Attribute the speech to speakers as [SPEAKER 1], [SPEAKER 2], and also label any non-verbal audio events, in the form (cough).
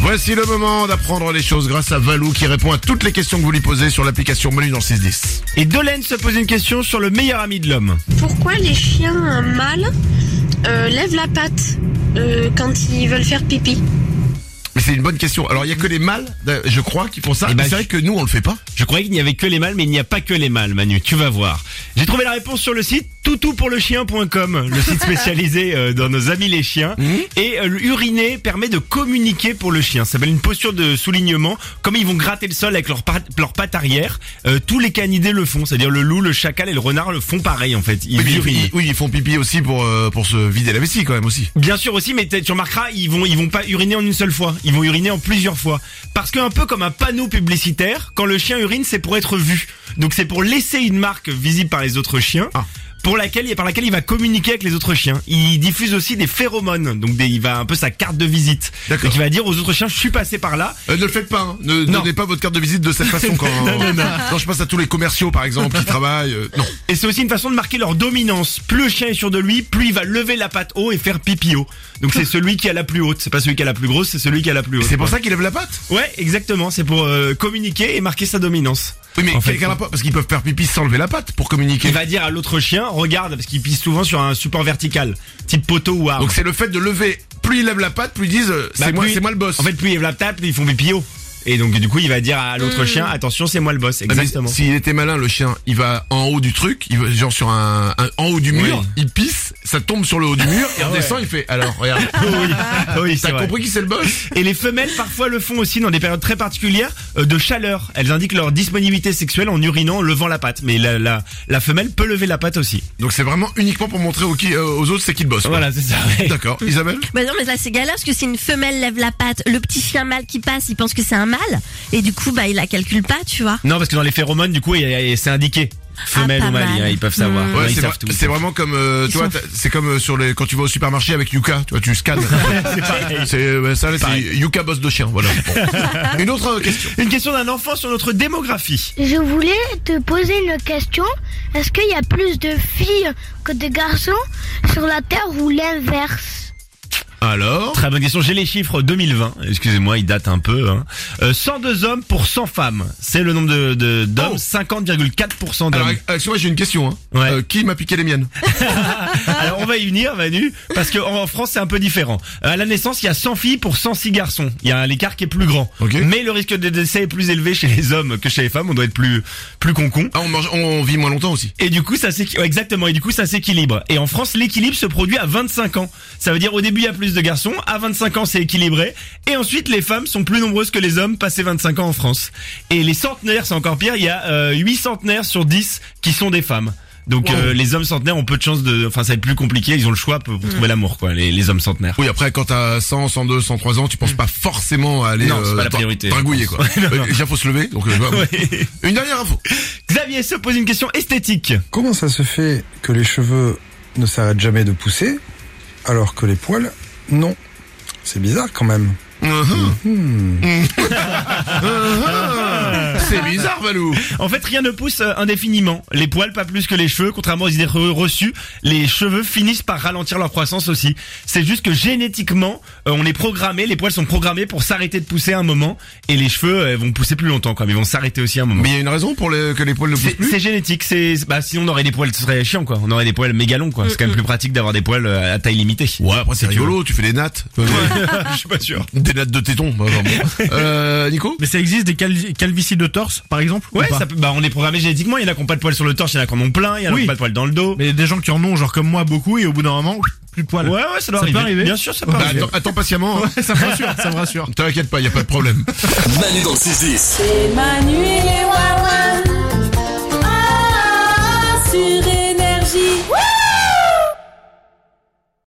[SPEAKER 1] Voici le moment d'apprendre les choses grâce à Valou qui répond à toutes les questions que vous lui posez sur l'application Menu dans le 610.
[SPEAKER 2] Et Dolène se pose une question sur le meilleur ami de l'homme.
[SPEAKER 3] Pourquoi les chiens mâles euh, lèvent la patte euh, quand ils veulent faire pipi
[SPEAKER 1] Mais c'est une bonne question. Alors il y a que les mâles, euh, je crois, qui font ça.
[SPEAKER 2] Eh ben,
[SPEAKER 1] Mais c'est vrai
[SPEAKER 2] je-
[SPEAKER 1] que nous on le fait pas.
[SPEAKER 2] Je croyais qu'il n'y avait que les mâles, mais il n'y a pas que les mâles, Manu. Tu vas voir. J'ai trouvé la réponse sur le site toutoutpourlechien.com, le (laughs) site spécialisé euh, dans nos amis les chiens. Et euh, uriner permet de communiquer pour le chien. Ça s'appelle une posture de soulignement. Comme ils vont gratter le sol avec leurs pattes leur patte arrière, euh, tous les canidés le font. C'est-à-dire le loup, le chacal et le renard le font pareil en fait. Ils
[SPEAKER 1] Oui, mais ils-
[SPEAKER 2] urinent.
[SPEAKER 1] ils- oui, ils font pipi aussi pour euh, pour se vider la vessie quand même aussi.
[SPEAKER 2] Bien sûr aussi, mais t'as- tu remarqueras, ils vont, ils vont pas uriner en une seule fois. Ils vont uriner en plusieurs fois. Parce que un peu comme un panneau publicitaire, quand le chien urine, c'est pour être vu. Donc c'est pour laisser une marque visible par les autres chiens.
[SPEAKER 1] Ah.
[SPEAKER 2] Pour laquelle, et par laquelle il va communiquer avec les autres chiens. Il diffuse aussi des phéromones. Donc des, il va un peu sa carte de visite.
[SPEAKER 1] D'accord.
[SPEAKER 2] Donc il va dire aux autres chiens, je suis passé par là.
[SPEAKER 1] Euh, ne le faites pas. hein. Ne
[SPEAKER 2] Non.
[SPEAKER 1] donnez pas votre carte de visite de cette façon
[SPEAKER 2] (laughs)
[SPEAKER 1] quand quand je passe à tous les commerciaux par exemple qui travaillent. euh, non.
[SPEAKER 2] Et c'est aussi une façon de marquer leur dominance. Plus le chien est sûr de lui, plus il va lever la patte haut et faire pipi haut. Donc
[SPEAKER 1] (laughs)
[SPEAKER 2] c'est celui qui a la plus haute. C'est pas celui qui a la plus grosse, c'est celui qui a la plus haute.
[SPEAKER 1] C'est pour ça qu'ils lèvent la patte.
[SPEAKER 2] Ouais, exactement. C'est pour euh, communiquer et marquer sa dominance.
[SPEAKER 1] Oui, mais
[SPEAKER 2] En fait, bah,
[SPEAKER 1] quelqu'un l'a pas parce qu'ils peuvent faire pipi sans lever la patte pour communiquer.
[SPEAKER 2] Il va dire à l'autre chien, regarde, parce qu'il pisse souvent sur un support vertical, type poteau ou arbre.
[SPEAKER 1] Donc c'est le fait de lever. Plus ils lèvent la patte, plus ils disent euh, c'est
[SPEAKER 2] Bah,
[SPEAKER 1] moi,
[SPEAKER 2] plus-
[SPEAKER 1] c'est moi le boss.
[SPEAKER 2] En fait, plus il lève la table, plus ils font pipi haut. Et donc, du coup, il va dire à l'autre chien, attention, c'est moi le boss.
[SPEAKER 1] Ah, mais
[SPEAKER 2] Exactement.
[SPEAKER 1] S'il était malin, le chien, il va en haut du truc, il va, genre sur un, un- en haut du mur,
[SPEAKER 2] Oui.
[SPEAKER 1] il pisse, ça tombe sur le haut du mur, il
[SPEAKER 2] Ah ouais.
[SPEAKER 1] redescend, il fait alors
[SPEAKER 2] (laughs)
[SPEAKER 1] regarde.
[SPEAKER 2] (laughs) oui, oui, c'est
[SPEAKER 1] T'as
[SPEAKER 2] vrai.
[SPEAKER 1] compris qui c'est le boss
[SPEAKER 2] Et les femelles parfois le font aussi dans des périodes très particulières euh, de chaleur. Elles indiquent leur disponibilité sexuelle en urinant, en levant la patte. Mais la, la, la femelle peut lever la patte aussi.
[SPEAKER 1] Donc c'est vraiment uniquement pour montrer aux, qui- euh, aux autres c'est qui le boss. quoi.
[SPEAKER 2] Voilà, Mmh. c'est (laughs) ça.
[SPEAKER 1] D'accord, Isabelle.
[SPEAKER 4] Bah non, mais là c'est galère parce que si une femelle lève la patte, le petit chien mâle qui passe, il pense que c'est un mâle et du coup bah il la calcule pas, tu vois.
[SPEAKER 2] Non, parce que dans les phéromones, du coup, il y a- il y a- c'est indiqué. Femelle
[SPEAKER 4] Ah, pas
[SPEAKER 2] ou mâle,
[SPEAKER 4] mal. Hmm.
[SPEAKER 2] hein, ils peuvent savoir.
[SPEAKER 1] Ouais,
[SPEAKER 2] Ouais, ils
[SPEAKER 1] c'est,
[SPEAKER 2] savent
[SPEAKER 1] vra-
[SPEAKER 2] tout.
[SPEAKER 1] c'est vraiment comme euh,
[SPEAKER 4] Ils
[SPEAKER 1] toi,
[SPEAKER 4] sont-
[SPEAKER 1] t'as- c'est comme euh, sur les quand tu vas au supermarché avec Yuka, tu vois, tu
[SPEAKER 2] (laughs)
[SPEAKER 1] scannes. (laughs) c'est pareil. C'est ouais, ça, là, c'est
[SPEAKER 2] Pareil.
[SPEAKER 1] Yuka boss de chien.
[SPEAKER 2] (laughs)
[SPEAKER 1] Voilà. Bon. Une autre euh, question.
[SPEAKER 2] Ah, Une question d'un enfant sur notre démographie.
[SPEAKER 5] Je voulais te poser une question. Est-ce qu'il y a plus de filles que de garçons sur la Terre ou l'inverse
[SPEAKER 1] Alors.
[SPEAKER 2] Très bonne question. J'ai les chiffres 2020. Excusez-moi, ils datent un peu. Hein. Euh, 102 hommes pour 100 femmes. C'est le nombre de de- d'hommes.
[SPEAKER 1] Oh. Ah
[SPEAKER 2] 50,4%
[SPEAKER 1] Alors,
[SPEAKER 2] d'hommes.
[SPEAKER 1] Alex, moi j'ai une question. Hein.
[SPEAKER 2] Ouais.
[SPEAKER 1] Euh, qui m'a piqué les miennes
[SPEAKER 2] (laughs) Alors, on va y venir, Manu, parce que en en France c'est un peu différent. Euh, À la naissance, il y a 100 filles pour 106 garçons. Il y a un écart qui est plus grand.
[SPEAKER 1] Ok.
[SPEAKER 2] Mais le risque de décès est plus élevé chez les hommes que chez les femmes. On doit être plus plus concon.
[SPEAKER 1] ah, on, mange, on vit moins longtemps aussi.
[SPEAKER 2] Et du coup, ça s'équilibre. Exactement. Et du coup, ça s'équilibre. Et en France, l'équilibre se produit à 25 ans. Ça veut dire au début, il y a plus de garçons. À 25 ans, c'est équilibré. Et ensuite, les femmes sont plus nombreuses que les hommes passés 25 ans en France. Et les centenaires, c'est encore pire. Il y a euh, 8 centenaires sur 10 qui sont des femmes. Donc
[SPEAKER 1] Wow.
[SPEAKER 2] euh, les hommes centenaires ont peu de chances de, enfin ça va être plus compliqué. Ils ont le choix pour, pour trouver l'amour, quoi. Les, les hommes centenaires.
[SPEAKER 1] Oui, après, quand t'as 100, 102, 103 ans, tu penses pas forcément à aller
[SPEAKER 2] Mm. Non, c'est pas la
[SPEAKER 1] dra-
[SPEAKER 2] priorité,
[SPEAKER 1] dringouiller,
[SPEAKER 2] (laughs)
[SPEAKER 1] quoi.
[SPEAKER 2] Non, non.
[SPEAKER 1] Déjà, faut se lever. Donc, euh, bah,
[SPEAKER 2] (laughs) Ouais.
[SPEAKER 1] Une dernière info.
[SPEAKER 2] Xavier se pose une question esthétique.
[SPEAKER 6] Comment ça se fait que les cheveux ne s'arrêtent jamais de pousser alors que les poils, non C'est bizarre quand même.
[SPEAKER 2] Mm.
[SPEAKER 1] Uh-huh. Mm. (laughs) c'est bizarre, Valou.
[SPEAKER 2] En fait, rien ne pousse euh, indéfiniment. Les poils, pas plus que les cheveux. Contrairement aux idées re- reçues, les cheveux finissent par ralentir leur croissance aussi. C'est juste que génétiquement, euh, on est programmé, les poils sont programmés pour s'arrêter de pousser à un moment, et les cheveux euh, vont pousser plus longtemps, quand même. Ils vont s'arrêter aussi à un moment.
[SPEAKER 1] Mais il y a une raison pour les- que les poils ne poussent
[SPEAKER 2] C'est
[SPEAKER 1] plus.
[SPEAKER 2] c'est génétique, c'est bah sinon on aurait des poils, ce serait chiant quoi. On aurait des poils méga longs quoi. C'est quand même plus pratique d'avoir des poils euh, à taille limitée.
[SPEAKER 1] Ouais, après, c'est rigolo. Tu fais des nattes. Euh,
[SPEAKER 2] (laughs) Je suis pas sûr.
[SPEAKER 1] Des nattes de téton. bah,
[SPEAKER 2] (laughs)
[SPEAKER 1] vraiment. euh, Nico
[SPEAKER 7] Mais ça existe des cal- calvities de torse, par exemple ou
[SPEAKER 2] Ouais,
[SPEAKER 7] pas
[SPEAKER 2] ça peut- bah on est programmé génétiquement. Il y en a qui ont pas de poils sur le torse, il y en a qui en ont plein, il y en a qui
[SPEAKER 7] Oui.
[SPEAKER 2] ont pas de poils dans le dos.
[SPEAKER 7] Mais des gens qui en ont, genre comme moi, beaucoup, et au bout d'un moment, plus de poils.
[SPEAKER 2] Ouais, ouais, ça doit
[SPEAKER 7] Ça peut
[SPEAKER 2] arriver.
[SPEAKER 7] arriver
[SPEAKER 2] Bien sûr, ça peut
[SPEAKER 7] Bah,
[SPEAKER 2] arriver. (laughs)
[SPEAKER 1] attends, attends patiemment. hein.
[SPEAKER 7] Ouais, (laughs) ça me rassure, ça me rassure.
[SPEAKER 1] T'inquiète pas, y a pas de problème.
[SPEAKER 8] Manu dans le 6-10.
[SPEAKER 9] Manu et les Ah,